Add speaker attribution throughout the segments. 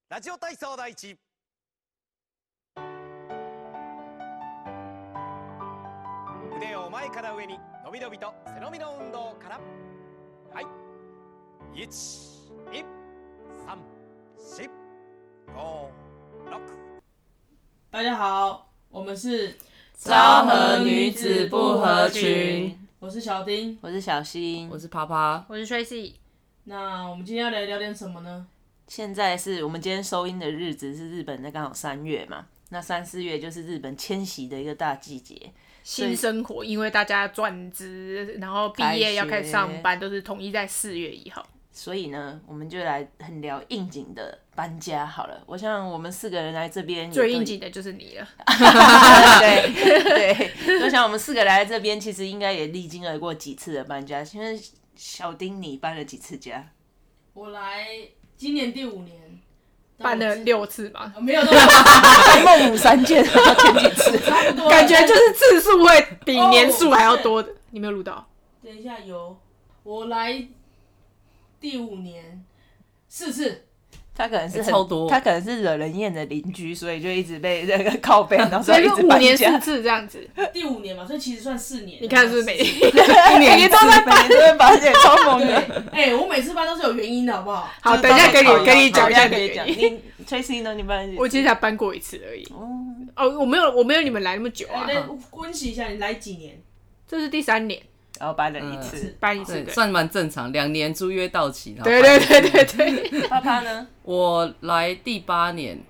Speaker 1: 「ラジオ体操第1」。腕を前から上に伸び伸びと背伸びの運動からはい1234567
Speaker 2: 大家好，我们是
Speaker 3: 昭和女子不合群，
Speaker 2: 我是小丁。
Speaker 3: 我是小新，
Speaker 4: 我是啪啪，
Speaker 5: 我是 Tracy，
Speaker 2: 那我们今天要来聊点什么呢？
Speaker 3: 现在是我们今天收音的日子是日本的刚好三月嘛，那三四月就是日本迁徙的一个大季节，
Speaker 5: 新生活，因为大家转职，然后毕
Speaker 3: 开学
Speaker 5: 业要开始上班，都是统一在四月一号。
Speaker 3: 所以呢，我们就来很聊应景的搬家好了。我想我们四个人来这边
Speaker 5: 最应景，的就是你了，
Speaker 3: 对对，我想我们四个来这边其实应该也历经了过几次的搬家，因为小丁你搬了几次家？
Speaker 2: 我来今年第五年，
Speaker 5: 办
Speaker 2: 但我
Speaker 5: 了
Speaker 2: 自
Speaker 5: 六次嘛，
Speaker 2: 啊
Speaker 3: 哦
Speaker 2: 没有多少，
Speaker 3: 孟母三 迁前几次，
Speaker 2: 差不多了。
Speaker 5: 感觉就是次数会比年数还要多
Speaker 3: 哦
Speaker 5: 的。你没有 录到？
Speaker 2: 等一下有，我来第五年四次，
Speaker 3: 他可能是
Speaker 4: 欸超多
Speaker 3: 他可能是惹人厌的邻居，所以就一直被那个靠背，然后
Speaker 5: 所以
Speaker 3: 一
Speaker 5: 就
Speaker 3: 直
Speaker 5: 五
Speaker 3: 搬
Speaker 5: 年
Speaker 3: 家
Speaker 5: 四。次这 样子。
Speaker 2: 第五年嘛，所以其实算四年。
Speaker 5: 你看是不是每
Speaker 3: 每 年都在搬，都在搬，也超猛
Speaker 2: 对
Speaker 3: 的。，
Speaker 2: 哎、我每次搬都是有原因的，好不好？
Speaker 5: 好，哦等一下给你给你讲一
Speaker 3: 一下，
Speaker 5: 下
Speaker 3: 给你
Speaker 5: 给你
Speaker 3: 讲。
Speaker 5: 讲。
Speaker 3: 你 Tracy 呢？你搬？
Speaker 5: 我其实才搬过一次而已。
Speaker 3: 嗯
Speaker 5: 哦，我没有我没有你们来那么久
Speaker 2: 哎、
Speaker 5: 啊，
Speaker 2: 那温习一下，你来几年？
Speaker 5: 这是第三年
Speaker 3: 然后哦搬了一次
Speaker 2: 嗯。
Speaker 5: 搬一次
Speaker 4: 对，
Speaker 5: 的。
Speaker 4: 算蛮正常，两年租约到期，然后
Speaker 5: 对对对对 对，对
Speaker 3: 啪啪呢？
Speaker 4: 我来第八年，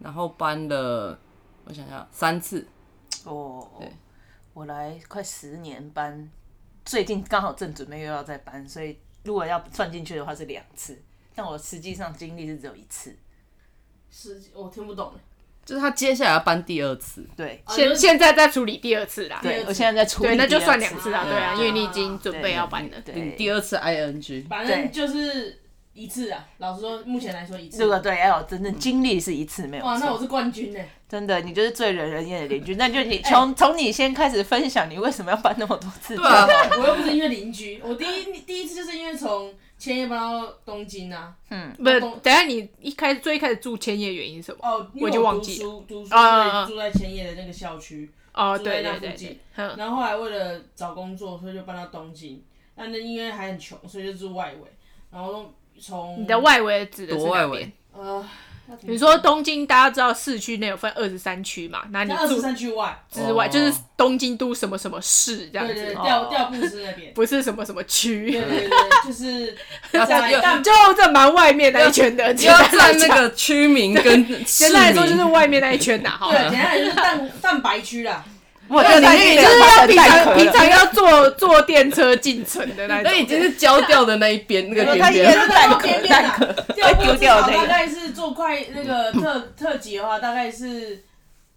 Speaker 4: 然后搬了，我想想，三次，
Speaker 3: 哦
Speaker 4: 对，
Speaker 3: 我来快十年搬，最近刚好正准备又要再搬，所以如果要算进去的话是两次，但我实际上经历是只有一次。
Speaker 2: 十几，我听不懂。
Speaker 4: 就是他接下来要搬第二次，
Speaker 3: 对，
Speaker 2: 啊
Speaker 5: 现现在在处理第二次啦。
Speaker 3: 对
Speaker 2: 二次
Speaker 3: 我现在在处理第
Speaker 5: 对，那
Speaker 3: 二次。
Speaker 5: 就算两次啦，
Speaker 2: 啊
Speaker 5: 对啊，嗯因为你已经
Speaker 3: 对
Speaker 5: 准备要搬了。
Speaker 4: 你
Speaker 3: 对，
Speaker 4: 第二次 ing，
Speaker 2: 反正就是一次啊。老实说，目前来说一次。
Speaker 3: 这个对，要有真正经历是一次没有
Speaker 2: 哇，
Speaker 3: 错
Speaker 2: 那我是冠军呢、
Speaker 3: 真的，你就是最惹人厌的邻居。那就
Speaker 2: 哎
Speaker 3: 你从从、你先开始分享，你为什么要搬那么多次？
Speaker 4: 对啊，
Speaker 2: 我又不是因为邻居，我第一第一次就是因为从千叶搬到东京啊。
Speaker 5: 不是
Speaker 2: 懂，
Speaker 5: 等一下你一开始最一开始住千叶原因是什么？
Speaker 2: 哦，因为
Speaker 5: 我已经忘记
Speaker 2: 读书读书所
Speaker 5: 啊
Speaker 2: 以住在千叶的那个校区，
Speaker 5: 哦，
Speaker 2: 住在
Speaker 5: 对
Speaker 2: 那
Speaker 5: 对
Speaker 2: 附
Speaker 5: 对
Speaker 2: 近
Speaker 5: 对，嗯，
Speaker 2: 然后后来为了找工作，所以就搬到东京。但那因为还很穷，所以就住外围。然后从
Speaker 5: 你的外围指的是
Speaker 4: 多外
Speaker 5: 哪
Speaker 4: 围
Speaker 5: 边？
Speaker 2: 呃，要怎么
Speaker 5: 你说东京，大家知道市区内有分二十三区嘛？那你
Speaker 2: 在二十
Speaker 5: 住
Speaker 2: 三区外，
Speaker 5: 之外，
Speaker 4: 哦
Speaker 5: 就是东京都什么什么市这样
Speaker 2: 对对对，
Speaker 5: 子，
Speaker 2: 调
Speaker 3: 哦
Speaker 2: 调布斯那边。
Speaker 5: 不是什么什么
Speaker 2: 对
Speaker 5: 区，
Speaker 2: 对对， 就是在
Speaker 4: 又
Speaker 2: 但
Speaker 5: 就这蛮外面那一圈 的。
Speaker 4: 你 要占那
Speaker 5: 简单来讲
Speaker 4: 个区名跟市
Speaker 5: 简单来说就是
Speaker 4: 民，
Speaker 5: 外面那一圈呐，好
Speaker 2: 对，
Speaker 5: 了
Speaker 2: 简。单来说就是蛋蛋白区啦。
Speaker 3: 我
Speaker 5: 对，
Speaker 3: 就
Speaker 5: 你
Speaker 3: 你
Speaker 5: 那个就是要平 常平常要坐坐电车进城的那一
Speaker 4: 那已
Speaker 5: 种。
Speaker 4: 经是焦掉的那一边，那个
Speaker 3: 他
Speaker 4: 边
Speaker 3: 也
Speaker 4: 边。
Speaker 3: 是蛋壳
Speaker 2: 边边
Speaker 3: 蛋
Speaker 2: 啊
Speaker 3: 壳，
Speaker 2: 调布
Speaker 3: 丢
Speaker 2: 至
Speaker 3: 掉
Speaker 2: 少
Speaker 3: 的那
Speaker 2: 大
Speaker 3: 个。
Speaker 2: 概是做快那个特特辑的话，大概是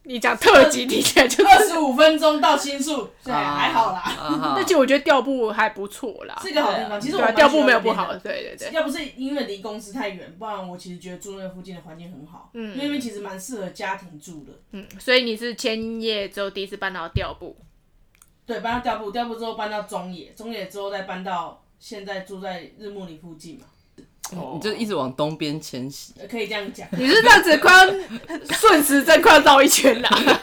Speaker 5: 你讲特级，听起来就
Speaker 2: 二
Speaker 5: 是。
Speaker 2: 十五分钟到新宿，对，
Speaker 4: 啊
Speaker 2: 还好啦，
Speaker 4: 啊哈
Speaker 5: 那其实我觉得调布还不错啦，
Speaker 2: 是一个好地方。其实
Speaker 5: 对
Speaker 2: 我
Speaker 5: 啊，
Speaker 2: 蛮
Speaker 5: 调布
Speaker 2: 喜欢
Speaker 5: 没有
Speaker 2: 那
Speaker 5: 不
Speaker 2: 边的
Speaker 5: 好，对对对。
Speaker 2: 要不是因为离公司太远，不然我其实觉得住那附近的环境很好，嗯，因为那边其实蛮适合家庭住的。
Speaker 5: 嗯，所以你是千叶之后第一次搬到调布，
Speaker 2: 对，搬到调布，调布之后搬到中野，中野之后再搬到现在住在日暮里附近嘛，
Speaker 4: 你就一直往东边迁徙。
Speaker 2: 呃可以这样讲。
Speaker 5: 你是这样子快要顺时针快要绕一圈啊啦。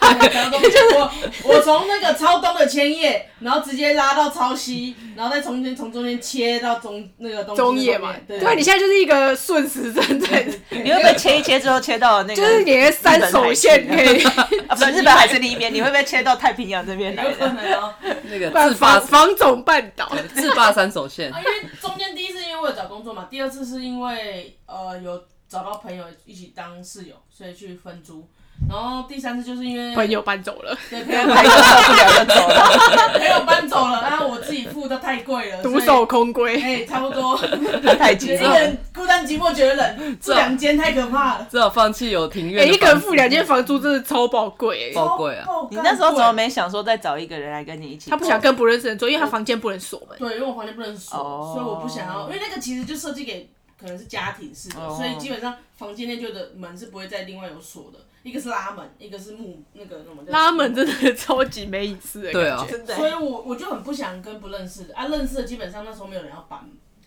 Speaker 2: 我我从那个超东的千叶，然后直接拉到超西，然后再从中间从中间切到 中那个东
Speaker 5: 中野嘛，
Speaker 2: 对，
Speaker 5: 对，你现在就是一个顺时针在，
Speaker 3: 你会不会切一切之后切到那个？
Speaker 5: 就是你的三手线可 以
Speaker 3: 啊，不是日本海是另一边，你会不会切到太平洋这边来
Speaker 2: 有可
Speaker 3: 的？
Speaker 2: 能哦、
Speaker 4: 那个
Speaker 5: 把
Speaker 4: 自发
Speaker 5: 防防总半岛。
Speaker 4: 自霸三手线
Speaker 2: 啊，因为中间第一次因为我有找工作嘛，第二次是因为呃有找到朋友一起当室友，所以去分租。然后第三次就是因为
Speaker 5: 朋友搬走了，
Speaker 2: 对朋友
Speaker 3: 还
Speaker 2: 搬
Speaker 3: 有受不了就走了。
Speaker 2: 朋友搬走了，然后我自己付的太贵了，
Speaker 5: 独
Speaker 2: 所
Speaker 5: 守空
Speaker 2: 以
Speaker 5: 闺。
Speaker 2: 哎、差不多，
Speaker 3: 太
Speaker 2: 一
Speaker 3: 急
Speaker 2: 个
Speaker 3: 了。
Speaker 2: 人孤单寂寞觉得冷，住两间太可怕了，
Speaker 4: 只好放弃有庭
Speaker 5: 哎，
Speaker 4: 院的房子。
Speaker 5: 一个人付两间房租真的超宝
Speaker 2: 哦
Speaker 5: 贵欸，
Speaker 4: 好贵啊
Speaker 2: 爆干
Speaker 3: 你那时候怎么
Speaker 2: 贵？
Speaker 3: 没想说再找一个人来跟你一起？
Speaker 5: 他不想。跟不认识的人住，因为他房间不能锁门。
Speaker 2: 对，因为我房间不能锁
Speaker 3: 哦
Speaker 2: 所以我不想要，因为那个其实就设计给可能是家庭式的
Speaker 3: 哦
Speaker 2: 所以基本上房间内就的门是不会再另外有锁的，一个是拉门，一个是木那个什么的
Speaker 5: 拉门真的超级没意思的
Speaker 4: 对
Speaker 5: 感
Speaker 4: 啊
Speaker 5: 觉。
Speaker 3: 真的
Speaker 2: 所以我我就很不想跟不认识的啊，认识的基本上那时候没有人要搬，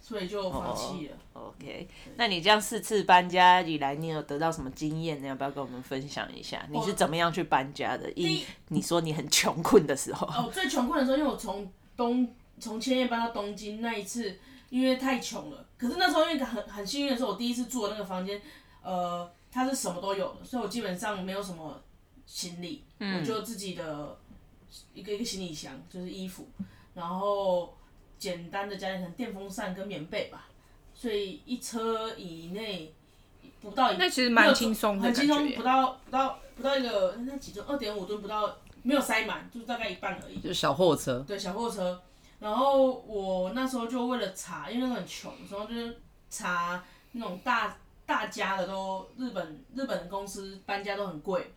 Speaker 2: 所以就放弃了。
Speaker 3: OK，那你这样四次搬家以来，你有得到什么经验呢？要不要跟我们分享一下？你是怎么样去搬家的？一
Speaker 2: 一，
Speaker 3: 你说你很穷困的时候，
Speaker 2: 哦，最穷困的时候，因为我从东从千叶搬到东京那一次，因为太穷了。可是那时候因为很很幸运的是，我第一次住的那个房间，呃，它是什么都有的，所以我基本上没有什么行李，
Speaker 5: 嗯
Speaker 2: 我就自己的一个一个行李箱，就是衣服，然后简单的家里可能电风扇跟棉被吧，所以一车以内。不到一
Speaker 5: 那其实蛮轻松的
Speaker 2: 很轻
Speaker 5: 感
Speaker 2: 松，
Speaker 5: 觉
Speaker 2: 不到不到不到一个那几吨，二点五吨不到，没有塞满，就是大概一半而已。
Speaker 4: 就小货车，
Speaker 2: 对，小货车。然后我那时候就为了查，因为那时候很穷，然后就是查那种大大家的都日本日本的公司搬家都很贵，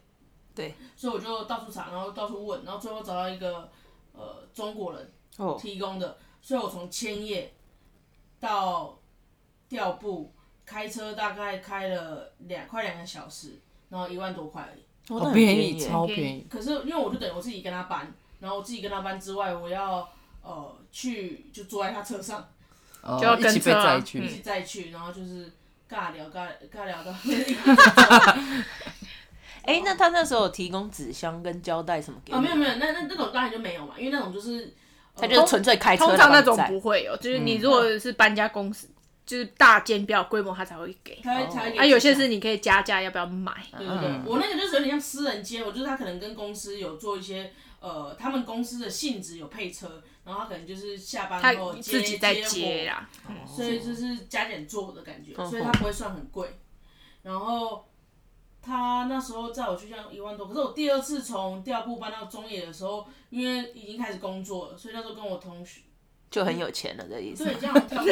Speaker 3: 对，
Speaker 2: 所以我就到处查，然后到处问，然后最后找到一个呃中国人
Speaker 3: 哦
Speaker 2: 提供的，所以我从千叶到调布开车大概开了两快两个小时，然后一万多块而已。
Speaker 3: 哦那
Speaker 4: 好
Speaker 3: 很
Speaker 4: 便宜，
Speaker 3: 耶
Speaker 4: 超便宜。
Speaker 2: 可是因为我就等于我自己跟他搬，然后我自己跟他搬之外，我要呃去就坐在他车上，
Speaker 4: 哦
Speaker 5: 就要跟
Speaker 4: 一起被
Speaker 5: 车啊
Speaker 4: 载
Speaker 5: 嗯
Speaker 2: 一
Speaker 4: 去
Speaker 2: 起，再去，然后就是尬聊尬尬聊到
Speaker 3: 哎、那他那时候有提供纸箱跟胶带什么给你？
Speaker 5: 哦
Speaker 2: 啊没有没有，那那那种当然就没有嘛，因为那种就是
Speaker 3: 他就是纯粹开车
Speaker 5: 通
Speaker 3: 的
Speaker 5: 常那
Speaker 3: 帮
Speaker 5: 种
Speaker 3: 载
Speaker 5: 不会有，就是你如果是搬家公司，就是大间比较规模，他才会给。
Speaker 2: 他会才会给
Speaker 5: 啊，有些
Speaker 2: 钱
Speaker 5: 是你可嗯以加价，要不要买？
Speaker 2: 对对对，我那个就是有点像私人接，我就是他可能跟公司有做一些呃，他们公司的性质有配车，然后他可能就是下
Speaker 5: 他
Speaker 2: 班后接
Speaker 5: 自己在接
Speaker 2: 接
Speaker 5: 啦。
Speaker 2: 我，所以就是加减做的感觉，所以他不会算很贵。然后他那时候载我去像一万多，可是我第二次从调布搬到中野的时候，因为已经开始工作了，所以那时候跟我同学
Speaker 3: 就很有钱了的意思
Speaker 2: 所以。这样跳过，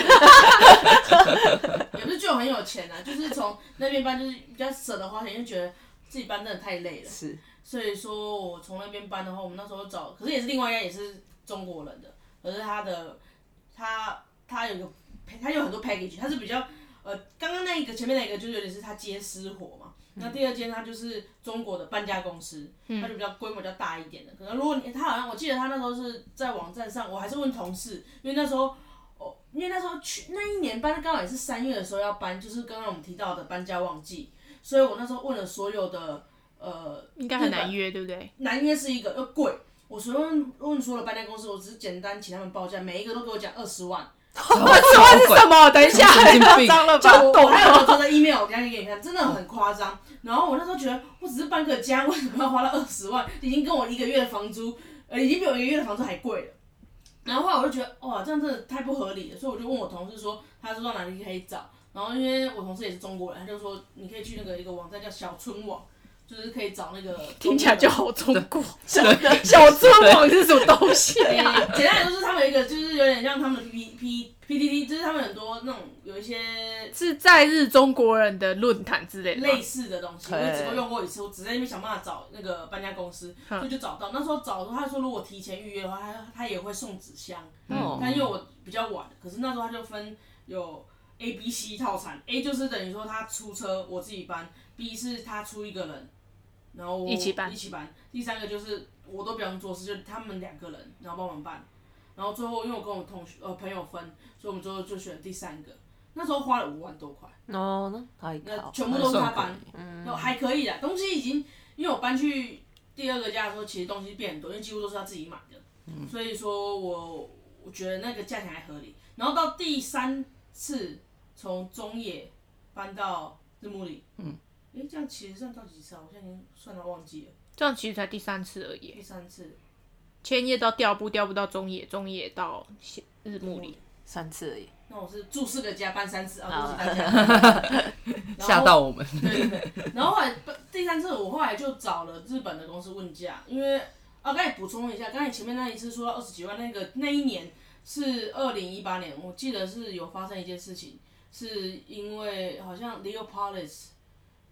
Speaker 2: 也不是就很有钱啊，就是从那边搬就是比较舍得花钱，就觉得自己搬真的太累了。
Speaker 3: 是，
Speaker 2: 所以说我从那边搬的话，我们那时候找，可是也是另外一家也是中国人的，可是他的他他有一个他有很多 package，他是比较呃刚刚那一个前面那一个就是有点是他接私活嘛，那第二间他就是中国的搬家公司，他就比较规模比较大一点的，可能如果你他好像我记得他那时候是在网站上，我还是问同事，因为那时候。哦，因为那时候去那一年搬，刚好也是三月的时候要搬，就是刚刚我们提到的搬家旺季，所以我那时候问了所有的呃
Speaker 5: 应该很难约，对不对？
Speaker 2: 南约是一个又贵。我随便问问所有的搬家公司，我只是简单请他们报价，每一个都给我讲二十万。
Speaker 4: 我操，
Speaker 5: 是什么？等一下，
Speaker 4: 神经病，
Speaker 2: 就我我还有我的 email，我等一下给你看，真的很夸张。然后我那时候觉得，我只是搬个家，为什么要花到二十万？已经跟我一个月的房租，呃，已经比我一个月的房租还贵了。然后后来我就觉得，哇，这样真的太不合理了，所以我就问我同事说，他说到哪里可以找。然后因为我同事也是中国人，他就说你可以去那个一个网站叫小春网，就是可以找那个
Speaker 5: 听起来就好中国。小
Speaker 4: 对
Speaker 5: 小村网是什么东西
Speaker 2: 对
Speaker 5: 啊？
Speaker 2: 简单来说，就是他们有一个，就是有点像他们的 P P P T T，就是他们很多那种有一些
Speaker 5: 是在日中国人的论坛之类的吗
Speaker 2: 类。似的东西，
Speaker 3: 对
Speaker 2: 我只够用过一次，我只在那边想办法找那个搬家公司，
Speaker 5: 嗯
Speaker 2: 所以就找到。那时候找的话，他说如果提前预约的话，他他也会送纸箱，
Speaker 5: 嗯
Speaker 3: 哦
Speaker 2: 但因为我比较晚，可是那时候他就分有 A、B、C 套餐，A 就是等于说他出车，我自己搬；B 是他出一个人，然后我
Speaker 5: 一起搬
Speaker 2: 一起搬。第三个就是我都不用做事，就他们两个人，然后帮忙搬。然后最后因为我跟我同学呃朋友分，所以我们最后就选第三个。那时候花了五万多块，
Speaker 3: 哦，那还
Speaker 2: 那
Speaker 3: 好。
Speaker 2: 呃全部都是他搬
Speaker 4: 还算可，
Speaker 2: 然后还可以的东西已经，因为我搬去第二个家的时候，其实东西变很多，因为几乎都是他自己买的，所以说我我觉得那个价钱还合理。然后到第三次从中野搬到日暮里，嗯，哎，这样其实算到几次啊？我现在已经算到忘记了，
Speaker 5: 这样其实才第三次而已。
Speaker 2: 第三次
Speaker 5: 千叶到调布，调布到中野，中野到日暮里。
Speaker 3: 三次而已。
Speaker 2: 那我是住四个家搬三次啊，对不起大家。然后
Speaker 4: 吓到我们。
Speaker 2: 对对对。然后后来第三次，我后来就找了日本的公司问价，因为啊，刚才补充一下，刚才前面那一次说到二十几万，那个那一年是二零一八年，我记得是有发生一件事情，是因为好像 Leopolis。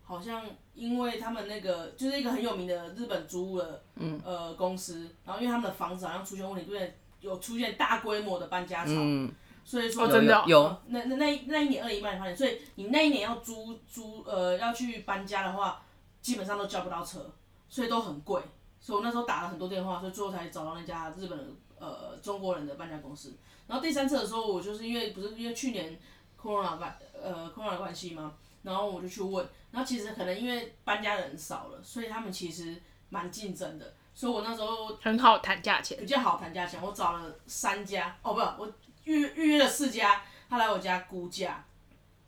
Speaker 2: 好像因为他们那个就是一个很有名的日本租屋的、呃公司，然后因为他们的房子好像出现问题，对，有出现大规模的搬家潮，
Speaker 4: 嗯，
Speaker 2: 所以说
Speaker 5: 真的哦
Speaker 4: 有有
Speaker 2: 哦那那那一那一年二零一八年发年，所以你那一年要租租呃要去搬家的话，基本上都叫不到车，所以都很贵。所以我那时候打了很多电话，所以最后才找到那家日本的呃中国人的搬家公司。然后第三次的时候，我就是因为不是因为去年 corona 关呃 corona 的关系嘛，然后我就去问，然后其实可能因为搬家的人少了，所以他们其实蛮竞争的，所以我那时候
Speaker 5: 很好谈价钱
Speaker 2: 比。较好谈价钱，我找了三家，哦不，我预预约了四家，他来我家估价，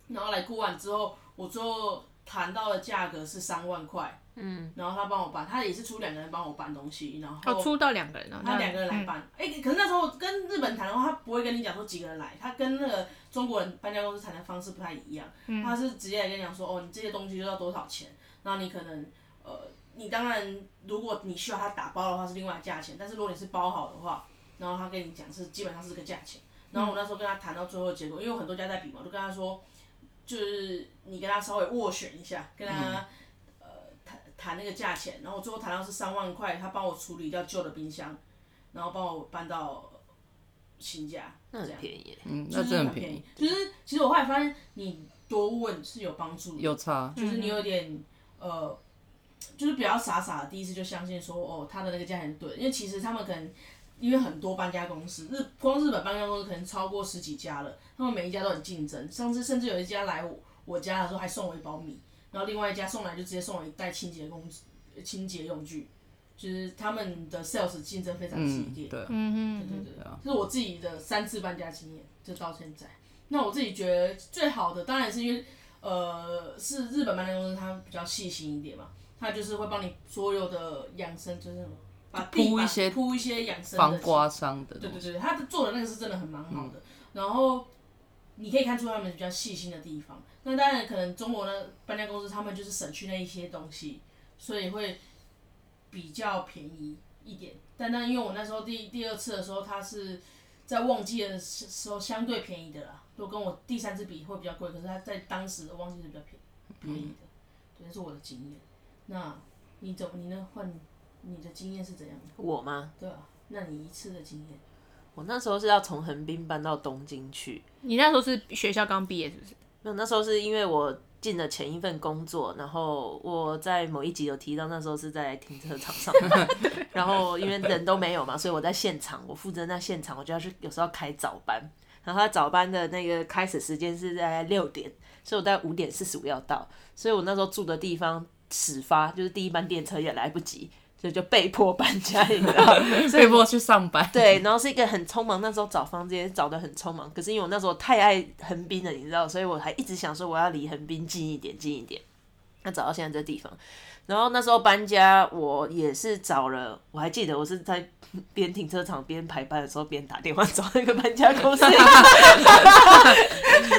Speaker 2: 然后来估完之后，我最后谈到的价格是三万块，嗯，然后他帮我搬，他也是出两个人帮我搬东西，然后、
Speaker 5: 哦，出到两个人了，
Speaker 2: 他两个人来
Speaker 5: 吧。
Speaker 2: 搬，哎、可是那时候跟日本谈的话，他不会跟你讲说几个人来，他跟那个中国人搬家公司谈的方式不太一样，他是直接来跟你讲说，哦，你这些东西就要多少钱，那你可能呃，你当然如果你需要他打包的话是另外价钱，但是如果你是包好的话，然后他跟你讲是基本上是这个价钱，然后我那时候跟他谈到最后的结果，因为有很多家在比嘛，我就跟他说，就是你跟他稍微斡旋一下，跟他。呃谈谈那个价钱，然后我最后谈到是三万块，他帮我处理掉旧的冰箱，然后帮我搬到新家，这
Speaker 3: 那很
Speaker 2: 样
Speaker 3: 便宜耶。
Speaker 4: 嗯，
Speaker 2: 就
Speaker 4: 那
Speaker 2: 是
Speaker 4: 真的
Speaker 2: 很
Speaker 4: 很
Speaker 2: 便
Speaker 4: 便
Speaker 2: 宜
Speaker 4: 宜，。
Speaker 2: 就是其实我后来发现，你多问是有帮助的，
Speaker 4: 有差。
Speaker 2: 就是你有点呃，就是比较傻傻的，第一次就相信说哦，他的那个价钱对，因为其实他们可能因为很多搬家公司，日光日本搬家公司可能超过十几家了，他们每一家都很竞争。上次甚至有一家来我我家的时候还送我一包米，然后另外一家送来就直接送我一袋清洁工清洁用具，就是他们的 sales 竞争非常激
Speaker 4: 嗯
Speaker 2: 烈，。
Speaker 4: 对，
Speaker 5: 嗯
Speaker 2: 对
Speaker 5: 嗯，
Speaker 2: 对
Speaker 4: 对啊
Speaker 2: 对，这是我自己的三次搬家经验，就到现在。那我自己觉得最好的当然是因为，呃，是日本搬家公司，它比较细心一点嘛，它就是会帮你所有的养生，就是什么把地
Speaker 4: 铺
Speaker 2: 板
Speaker 4: 一些
Speaker 2: 铺一些养生的
Speaker 4: 防刮伤的
Speaker 2: 对
Speaker 4: 东
Speaker 2: 对
Speaker 4: 西。嗯
Speaker 2: 对，他做的那个是真的很蛮好的。然后你可以看出他们比较细心的地方。那当然，可能中国的搬家公司他们就是省去那一些东西，所以会比较便宜一点。但那因为我那时候第第二次的时候，它是在旺季的时时候相对便宜的啦，就跟我第三次比会比较贵，可是它在当时的旺季是比较便便
Speaker 4: 嗯
Speaker 2: 宜的。对，这是我的经验。那你怎么你呢？换你的经验是怎样的？
Speaker 3: 我吗？
Speaker 2: 对啊，那你一次的经验。
Speaker 3: 我那时候是要从横滨搬到东京去，
Speaker 5: 你那时候是学校刚毕业是不是？
Speaker 3: 没有，那时候是因为我进了前一份工作，然后我在某一集有提到，那时候是在停车场上 班，然后因为人都没有嘛，所以我在现场，我负责那现场，我就要去，有时候要开早班，然后他早班的那个开始时间是在六点，所以我在五点四十五要到，所以我那时候住的地方始发就是第一班电车也来不及，所以就被迫搬家，你知道吗，
Speaker 4: 被迫去上班。
Speaker 3: 对，然后是一个很匆忙，那时候找房子也找的很匆忙。可是因为我那时候太爱横滨了，你知道，所以我还一直想说我要离横滨近一点，近一点。那找到现在这地方，然后那时候搬家，我也是找了，我还记得我是在边停车场边排班的时候边打电话找那个搬家公 司，就是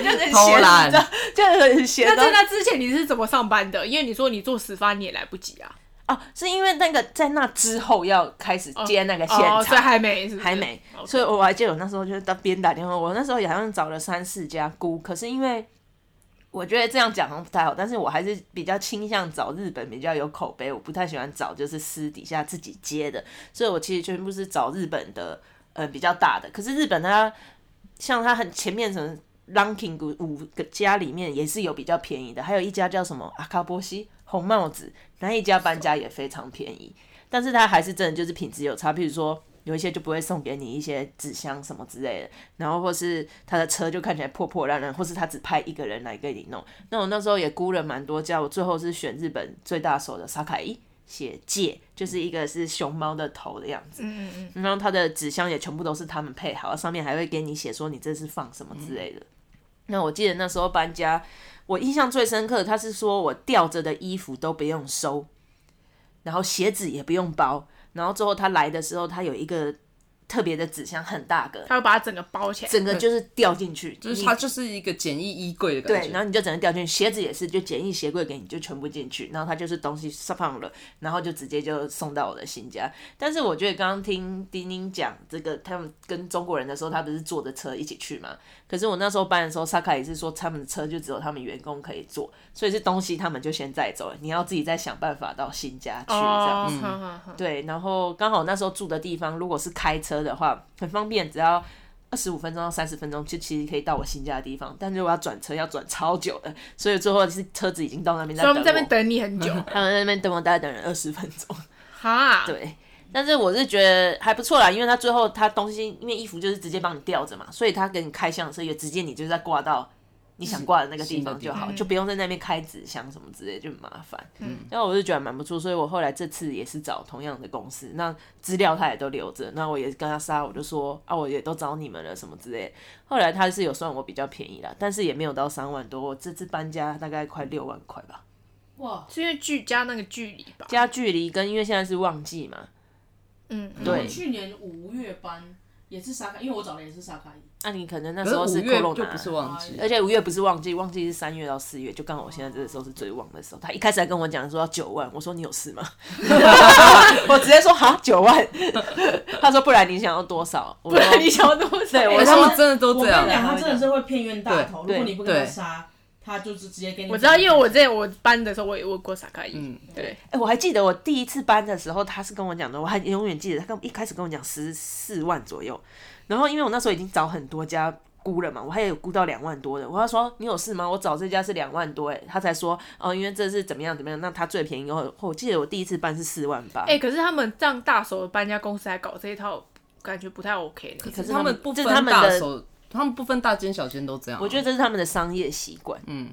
Speaker 3: 很闲
Speaker 4: 偷懒
Speaker 3: 你知道就是很闲。
Speaker 5: 那
Speaker 3: 然后
Speaker 5: 在那之前你是怎么上班的？因为你说你做始发你也来不及啊，
Speaker 3: 哦，是因为那个在那之后要开始接那个现场，
Speaker 5: 哦，所以还没是不是哦
Speaker 3: 还没，
Speaker 5: OK
Speaker 3: 所以我还记得我那时候就是当边打电话，我那时候也好像找了三四家估，可是因为我觉得这样讲好像不太好，但是我还是比较倾向找日本比较有口碑，我不太喜欢找就是私底下自己接的，所以我其实全部是找日本的，呃，比较大的。可是日本它像它很前面什么 ranking 五五个家里面也是有比较便宜的，还有一家叫什么阿卡波西红帽子，那一家搬家也非常便宜，但是它还是真的就是品质有差，譬如说。有一些就不会送给你一些纸箱什么之类的，然后或是他的车就看起来破破烂烂，或是他只派一个人来给你弄。那我那时候也估了蛮多家，我最后是选日本最大手的沙凯伊写界，就是一个是熊猫的头的样子，
Speaker 5: 嗯嗯
Speaker 3: 然后它的纸箱也全部都是他们配好，上面还会给你写说你这是放什么之类的。那我记得那时候搬家，我印象最深刻的，他是说我吊着的衣服都不用收，然后鞋子也不用包，然后最后他来的时候，他有一个特别的纸箱，很大个
Speaker 5: 嗯，，他会把它整个包起来，
Speaker 3: 整个就是掉进去，
Speaker 4: 就
Speaker 3: 就是
Speaker 4: 它就是一个简易衣柜的感
Speaker 3: 对，
Speaker 4: 觉。
Speaker 3: 然后你就整个掉进去，鞋子也是，就简易鞋柜给你，就全部进去，然后它就是东西放了，然后就直接就送到我的新家。但是我觉得刚刚听丁丁讲这个，他们跟中国人的时候，他不是坐着车一起去嘛？可是我那时候搬的时候，萨卡也是说他们的车就只有他们员工可以坐，所以是东西他们就先载走了，你要自己再想办法到新家去这样
Speaker 5: 哦，
Speaker 3: 子。
Speaker 5: 好好好，
Speaker 3: 对，然后刚好那时候住的地方，如果是开车的话，很方便，只要二十五分钟到三十分钟，就其实可以到我新家的地方。但如果要转车，要转超久的，所以最后是车子已经到那边在
Speaker 5: 所以我们在那
Speaker 3: 等我，
Speaker 5: 边等你很久，
Speaker 3: 他们在那边等我大概等了二十分钟。
Speaker 5: 哈，
Speaker 3: 对，但是我是觉得还不错啦，因为他最后他东西，因为衣服就是直接帮你吊着嘛，所以他给你开箱的时候也直接你就在挂到你想挂的那个地方就
Speaker 4: 新的
Speaker 3: 好，
Speaker 5: 地方
Speaker 3: 就不用在那边开纸箱什么之类，就很麻烦。
Speaker 5: 嗯
Speaker 3: 然后我就觉得蛮不错，所以我后来这次也是找同样的公司，那资料他也都留着，那我也跟他撒，我就说啊，我也都找你们了什么之类的。后来他是有算我比较便宜啦，但是也没有到三万多，我这次搬家大概快六万块吧。
Speaker 2: 哇，
Speaker 5: 是因为距加那个距离吧？
Speaker 3: 加距离跟因为现在是旺季嘛，
Speaker 5: 嗯，嗯
Speaker 3: 对
Speaker 2: 我去年五月搬也是沙卡，因为我找的也是沙卡伊，
Speaker 3: 那、你可能那时
Speaker 4: 可是
Speaker 3: 候
Speaker 4: 五
Speaker 3: 是
Speaker 4: 月
Speaker 3: corona
Speaker 4: 就不是旺季
Speaker 3: 而，且五月不是旺季，旺季是三月到四月，就刚好我现在这个时候是最旺的时候。他一开始还跟我讲说要九万，我说你有事吗？ 我直接说好九万， 他说不然你想要多少？我
Speaker 5: 不
Speaker 3: 说
Speaker 5: 然你想要多少？
Speaker 3: 对我说
Speaker 4: 哎他们真的都
Speaker 2: 我
Speaker 4: 这
Speaker 2: 跟
Speaker 4: 样
Speaker 2: 你，讲，他真的是会骗冤大头。如
Speaker 3: 对
Speaker 2: 果你不跟他
Speaker 4: 对
Speaker 2: 杀，他就是直接给你。
Speaker 5: 我知道，因为我之前我搬的时候我也问过萨卡伊，
Speaker 4: 嗯，
Speaker 5: 对，
Speaker 3: 哎、我还记得我第一次搬的时候，他是跟我讲的，我还永远记得他跟一开始跟我讲十四万左右，然后因为我那时候已经找很多家估了嘛，我还有估到两万多的，我要说你有事吗？我找这家是两万多，哎，他才说哦，因为这是怎么样怎么样，那他最便宜，我我记得我第一次搬是四万八，
Speaker 5: 哎、可是他们这样大手的搬家公司来搞这一套，感觉不太 OK 呢。
Speaker 4: 可
Speaker 3: 可
Speaker 4: 是
Speaker 3: 是
Speaker 4: 他
Speaker 3: 他们
Speaker 4: 们不分
Speaker 3: 这是他们
Speaker 4: 大
Speaker 3: 的
Speaker 4: 手，他们不分大间小间都这样啊。
Speaker 3: 我觉得这是他们的商业习惯，
Speaker 4: 嗯，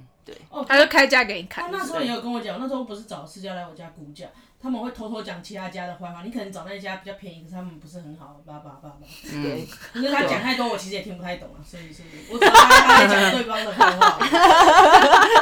Speaker 2: 哦，
Speaker 5: 他就开价给你
Speaker 2: 他
Speaker 5: 看，
Speaker 2: 那时候也有跟我讲，那时候不是找私家来我家估价，他们会偷偷讲其他家的坏话。你可能找那一家比较便宜，可是他们不是很好，叭叭叭叭。
Speaker 3: 对，
Speaker 2: 可是他讲太多，我其实也听不太懂啊，所以所以，我只能他在讲对方的坏话。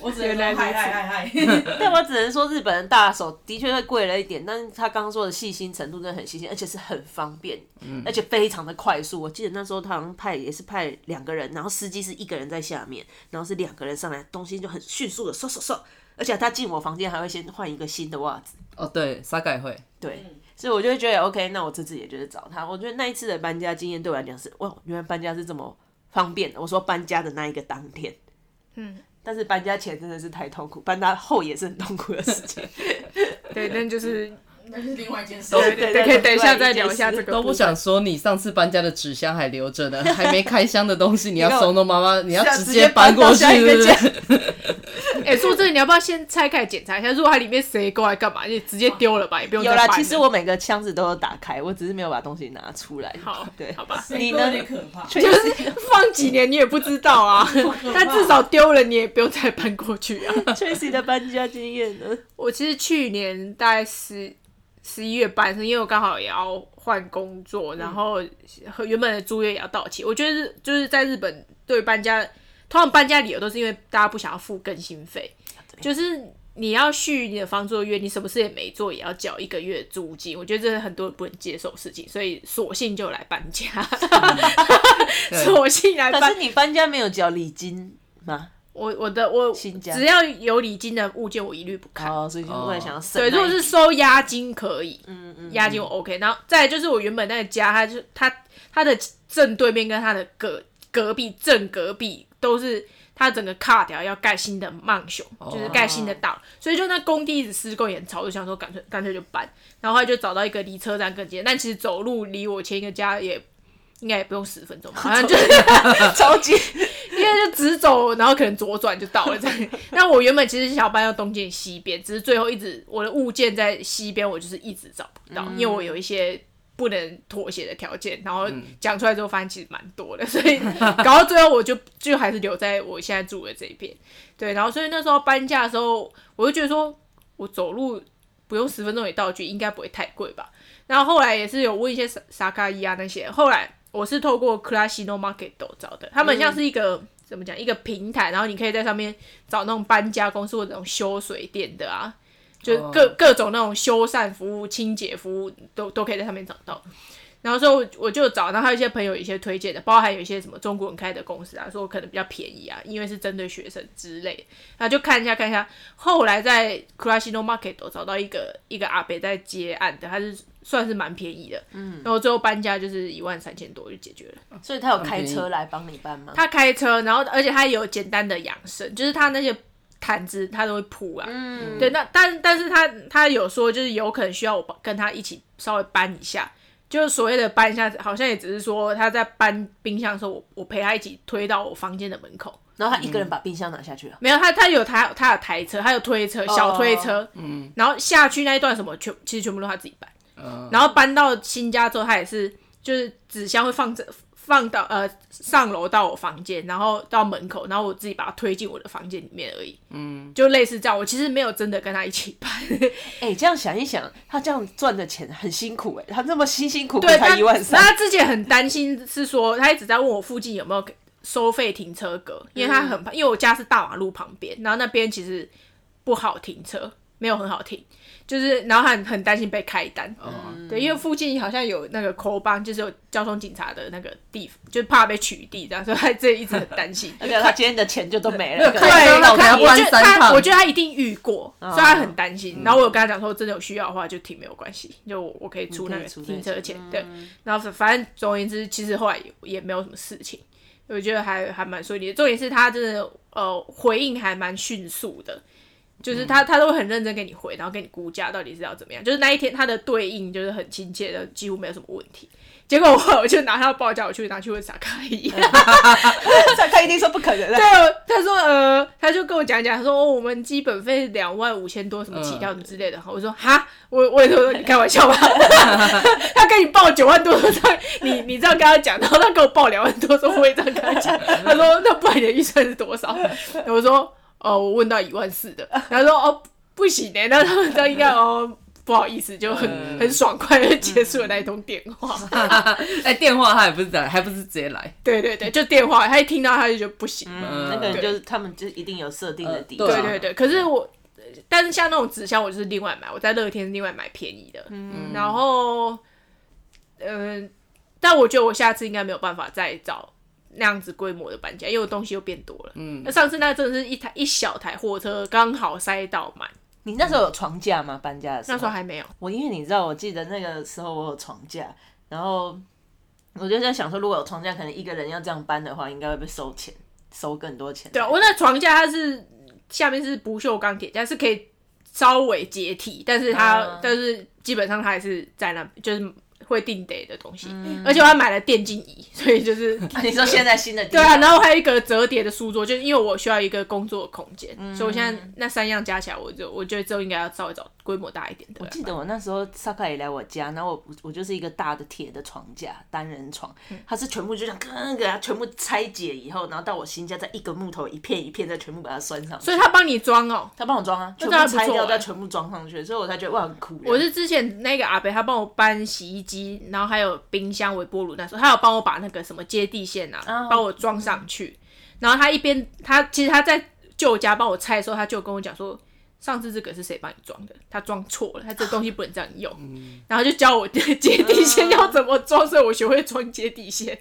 Speaker 2: 我只能说嗨嗨嗨嗨。
Speaker 3: 但我只能说，日本人大手的确会贵了一点，但是他刚刚说的细心程度真的很细心，而且是很方便，而且非常的快速。我记得那时候他好像派也是派两个人，然后司机是一个人在下面，然后是两个人上来，东西就很迅速的嗖嗖嗖，而且他进我房间还会先换一个新的袜子，
Speaker 4: 哦对，沙改会，
Speaker 3: 对。所以我就会觉得 OK，那我这次也就是找他。我觉得那一次的搬家经验对我来讲是，哇，原来搬家是这么方便的。我说搬家的那一个当天，
Speaker 5: 嗯，
Speaker 3: 但是搬家前真的是太痛苦，搬家后也是很痛苦的事情。
Speaker 5: 对，但就是
Speaker 2: 那就是另外一件事。
Speaker 3: 对
Speaker 5: 对对，可以等一下再聊一下这个部分。
Speaker 4: 都不想说你上次搬家的纸箱还留着呢，还没开箱的东西你要收弄妈妈， 你
Speaker 3: 啊
Speaker 4: 要直接搬过去，
Speaker 3: 下一
Speaker 4: 对
Speaker 3: 个
Speaker 4: 不
Speaker 3: 家
Speaker 4: 对？
Speaker 5: 哎、说真的，你要不要先拆开检查一下？如果它里面谁过来干嘛，你直接丢了吧，也不用
Speaker 3: 有
Speaker 5: 再
Speaker 3: 啦，
Speaker 5: 搬
Speaker 3: 其实
Speaker 5: 了
Speaker 3: 我每个箱子都有打开，我只是没有把东西拿出来。
Speaker 5: 好，
Speaker 3: 对，
Speaker 5: 好吧，
Speaker 2: 谁都 有点可怕。
Speaker 5: 就是放几年你也不知道啊，但至少丢了你也不用再搬过去啊。
Speaker 3: Tracy 的搬家经验呢？
Speaker 5: 我其实去年大概十十一月搬，是因为我刚好也要换工
Speaker 3: 嗯
Speaker 5: 作，然后和原本的租约也要到期。我觉得是就是在日本对搬家，通常搬家理由都是因为大家不想要付更新费，
Speaker 3: 啊
Speaker 5: 就是你要续你的房租的约，你什么事也没做，也要缴一个月租金。我觉得这是很多人不能接受的事情，所以索性就来搬家， 索性来
Speaker 3: 嗯可
Speaker 5: 搬
Speaker 3: 是。你哎搬家没有缴礼金吗？
Speaker 5: 我我的我
Speaker 3: 新家
Speaker 5: 只要有礼金的物件，我一律不看。
Speaker 3: 哦，所以就为了想要省那
Speaker 5: 对，
Speaker 3: 一。
Speaker 5: 如果是收押金可以，
Speaker 3: 嗯嗯，
Speaker 5: 押金我 OK。然后再来就是我原本那个家，它就它它的正对面跟它的隔隔壁正隔壁都是它整个卡条要盖新的曼雄，
Speaker 3: 哦
Speaker 5: 就是盖新的道，所以就那工地一直施工也很吵，我就想说干脆干脆就搬。然后后来就找到一个离车站更近的，但其实走路离我前一个家也。应该也不用十分 钟吧，好像就是
Speaker 3: 超级
Speaker 5: 因为就直走，然后可能左转就到了这样。 那我原本其实是想要搬到东京西边，只是最后一直我的物件在西边，我就是一直找不到，因为我有一些不能妥协的条件，然后讲出来之后发现其实蛮多的，所 以搞到最后我就就还是留在我现在住的这一边。对，然后所以那时候搬家的时候，我就觉得说我走路不用十分钟也到去，应该不会太贵吧。然后后来也是有问一些沙沙卡伊啊那些，后来我是透过 Classino Market 找的，他们像是一个、怎么讲一个平台，然后你可以在上面找那种搬家公司或者那种修水电的啊，就是
Speaker 4: 哦
Speaker 5: 各、各种那种修缮服务、清洁服务都都可以在上面找到。然后所以我我就找，然后还有一些朋友有一些推荐的，包含有一些什么中国人开的公司啊，说可能比较便宜啊，因为是针对学生之类的，然后就看一下看一下。后来在 c r a s h i n o Market 找到一个一个阿伯在接案的，他是算是蛮便宜的，嗯，然后最后搬家就是一万三千多就解决了。
Speaker 3: 所以他有开车来帮你搬吗？
Speaker 5: 他开车，然后而且他也有简单的养生，就是他那些毯子他都会铺啊。
Speaker 3: 嗯
Speaker 5: 对，那但但是他他有说，就是有可能需要我帮跟他一起稍微搬一下，就是所谓的搬一下，好像也只是说他在搬冰箱的时候，我我陪他一起推到我房间的门口。
Speaker 3: 然后他一个人把冰箱拿下去了。
Speaker 5: 没有，他他有他他有台车，他有推车，小推车，
Speaker 4: 嗯
Speaker 5: 然后下去那一段什么全其实全部都他自己搬。然后搬到新家之后，他也是就是纸箱会放着。放到呃上楼到我房间，然后到门口，然后我自己把它推进我的房间里面而已。嗯，就类似这样。我其实没有真的跟他一起搬，
Speaker 3: 哎、这样想一想，他这样赚的钱很辛苦哎、他这么辛辛苦苦
Speaker 5: 对，
Speaker 3: 才一万
Speaker 5: 那
Speaker 3: 三，
Speaker 5: 他之前很担心，是说他一直在问我附近有没有收费停车格，
Speaker 3: 嗯
Speaker 5: 因为他很怕，因为我家是大马路旁边，然后那边其实不好停车，没有很好停，就是然后他很很担心被开单。对，因为附近好像有那个扣帮，就是有交通警察的那个地，就是怕被取缔这样，所以他这一直很担 心。
Speaker 3: 而且他今天的钱就都没了。
Speaker 4: 对
Speaker 5: 对，
Speaker 4: 老娘
Speaker 5: 我
Speaker 4: 不然
Speaker 5: 觉得
Speaker 4: 三
Speaker 5: 他，
Speaker 4: 趟
Speaker 5: 我觉得他一定遇过，所以他很担心。然后我有跟他讲说，真的有需要的话就停没有关系，就我我可以出那
Speaker 3: 你可
Speaker 5: 个
Speaker 3: 以出
Speaker 5: 停
Speaker 3: 那
Speaker 5: 车
Speaker 3: 个
Speaker 5: 钱。对，然后反正总而言之，其实后来也也没有什么事情，我觉得还还蛮顺利的。重点是他真的呃回应还蛮迅速的。就是他，他都会很认真给你回，然后给你估价到底是要怎么样。就是那一天他的对应就是很亲切的，几乎没有什么问题。结果我我就拿他的报价，我去拿去问萨卡伊，
Speaker 3: 他他一定说不可能的。
Speaker 5: 对，他说呃，他就跟我讲一讲，他说、哦、我们基本费两万五千多什么起跳之类的。我说哈，我我也说你开玩笑吧， 他跟你报九万多，他你你这样跟他讲，然后他给我报两万多，说我也这样跟他讲，他说那不然你的预算是多少？我说哦，我问到一万四的，然后说哦不行的，那他们都应该哦。不好意思，就很、很爽快的结束了那一通电话。
Speaker 4: 哎，电话他也不是打，还不是直接来。
Speaker 5: 对对对，就电话，他一听到他就觉得不行，
Speaker 3: 嗯，那个人就是他们就一定有设定的底
Speaker 4: 呃对啊
Speaker 5: 对
Speaker 3: 线。
Speaker 5: 对对，可是我，但是像那种纸箱，我就是另外买，我在乐天是另外买便宜的。嗯，然后，嗯、但我觉得我下次应该没有办法再找那样子规模的搬家，因为我东西又变多了。嗯，那上次那真的是一台一小台货车刚好塞到满，
Speaker 3: 你那时候有床架吗？搬家的时
Speaker 5: 那
Speaker 3: 候？
Speaker 5: 时候还没有。
Speaker 3: 我因为你知道，我记得那个时候我有床架，然后我就在想说，如果有床架，可能一个人要这样搬的话，应该会被收钱，收更多钱。
Speaker 5: 对啊，我那床架它是下面是不锈钢铁架，是可以稍微解体，但是它、
Speaker 3: 嗯
Speaker 5: 但是基本上它还是在那，就是会定得的东西。而且我还买了电竞椅，所以就是
Speaker 3: 啊你说现在新的地
Speaker 5: 对啊，
Speaker 3: 方
Speaker 5: 然后还有一个折叠的书桌，就是因为我需要一个工作空间，
Speaker 3: 嗯
Speaker 5: 所以我现在那三样加起来，我就我觉得之后应该要稍微找规模大一点的
Speaker 3: 我。记得我那时候萨卡也来我家，然后我我就是一个大的铁的床架，单人床，它是全部就这样，嗯给它全部拆解以后，然后到我新家再一个木头一片一片再全部把它拴上去。
Speaker 5: 所以他帮你装哦，
Speaker 3: 他帮我装啊，全
Speaker 5: 嗯这还
Speaker 3: 部
Speaker 5: 不错
Speaker 3: 拆掉
Speaker 5: 欸
Speaker 3: 再全部装上去，所以我才觉得哇很酷。欸
Speaker 5: 我是之前那个阿伯，他帮我搬洗衣机，然后还有冰箱、微波炉那时候，他有帮我把那个什么接地线啊，
Speaker 3: 哦
Speaker 5: 帮、我装上去。然后他一边他其实他在旧家帮我拆的时候，他就跟我讲说，上次这个是谁帮你装的？他装错了，他这东西不能这样用。
Speaker 3: 嗯
Speaker 5: 然后就教我 接地线要怎么装，所以我学会装接地线。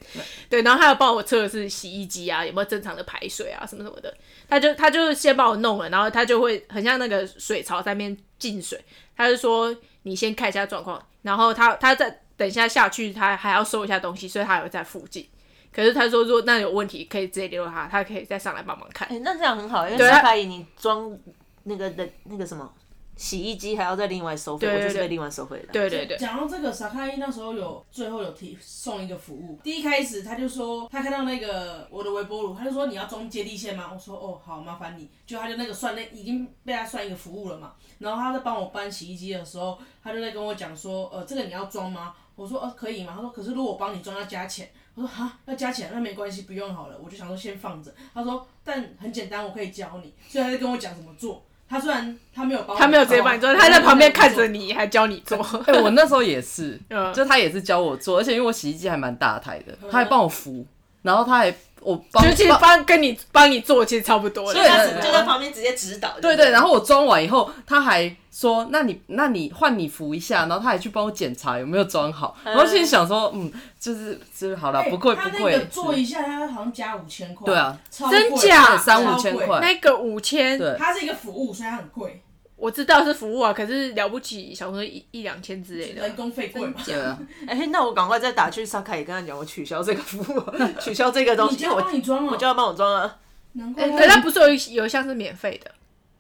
Speaker 5: 对，然后他有帮我测试洗衣机啊有没有正常的排水啊什么什么的，他就他就先帮我弄了，然后他就会很像那个水槽在那边进水，他就说你先看一下状况，然后他他再等一下下去，他还要收一下东西，所以他还会在附近。可是他说，如果那有问题，可以直接联络他，他可以再上来帮忙看
Speaker 3: 哎、。那这样很好，因为
Speaker 5: 对啊
Speaker 3: 萨卡也你装那个的那个什么洗衣机还要再另外收费，
Speaker 5: 对对
Speaker 3: 我就是
Speaker 5: 对
Speaker 3: 被另外收费的。
Speaker 5: 对对对，
Speaker 2: 讲到这个，萨卡伊那时候有最后有提送一个服务，第一开始他就说他看到那个我的微波炉，他就说你要装接地线吗？我说哦好，麻烦你。就他就那个算那已经被他算一个服务了嘛。然后他在帮我搬洗衣机的时候，他就在跟我讲说，呃，这个你要装吗？我说呃可以吗？他说可是如果我帮你装要加钱。我说哈要加钱，那没关系，不用好了。我就想说先放着。他说但很简单，我可以教你。所以他在跟我讲怎么做。他虽然他没有帮我，
Speaker 5: 他没有直接帮你
Speaker 2: 哦
Speaker 5: 做，他在旁边看着你，还教你做。
Speaker 4: 哎，我那时候也是，
Speaker 5: 嗯
Speaker 4: 就他也是教我做，而且因为我洗衣机还蛮大台的，他还帮我扶，然后他还我帮
Speaker 5: 就其实
Speaker 4: 帮
Speaker 5: 帮跟你帮你做，其实差不多
Speaker 3: 所以他
Speaker 5: 了。
Speaker 3: 只就在旁边直接指导。
Speaker 4: 对对，然后我装完以后，他还说：“那你那你换你扶一下。”然后他还去帮我检查有没有装好。然后心里想说：“嗯，就是就是好了，
Speaker 2: 欸
Speaker 4: 啊不贵
Speaker 2: 他那
Speaker 4: 不
Speaker 2: 个
Speaker 4: 贵。”
Speaker 2: 做一下，他好像加五千块。
Speaker 4: 对啊
Speaker 2: 超贵，
Speaker 5: 真假
Speaker 4: 三
Speaker 2: 超
Speaker 4: 五千
Speaker 2: 贵
Speaker 4: 块
Speaker 5: 那个五千，
Speaker 4: 对
Speaker 2: 它是一个服务，所以它很贵，
Speaker 5: 我知道是服务啊，可是了不起，想说一一两千之类的
Speaker 2: 人。工费贵嘛。
Speaker 4: 对啊，
Speaker 3: 哎、那我赶快再打去萨卡也跟他讲，我取消这个服务， 取消这个东
Speaker 2: 你
Speaker 3: 西，
Speaker 2: 就
Speaker 3: 我
Speaker 2: 帮你装了，哦
Speaker 3: 我就要帮我装啊。
Speaker 2: 难怪
Speaker 5: 哎，
Speaker 2: 他
Speaker 5: 可是他不是有一有一项是免费的，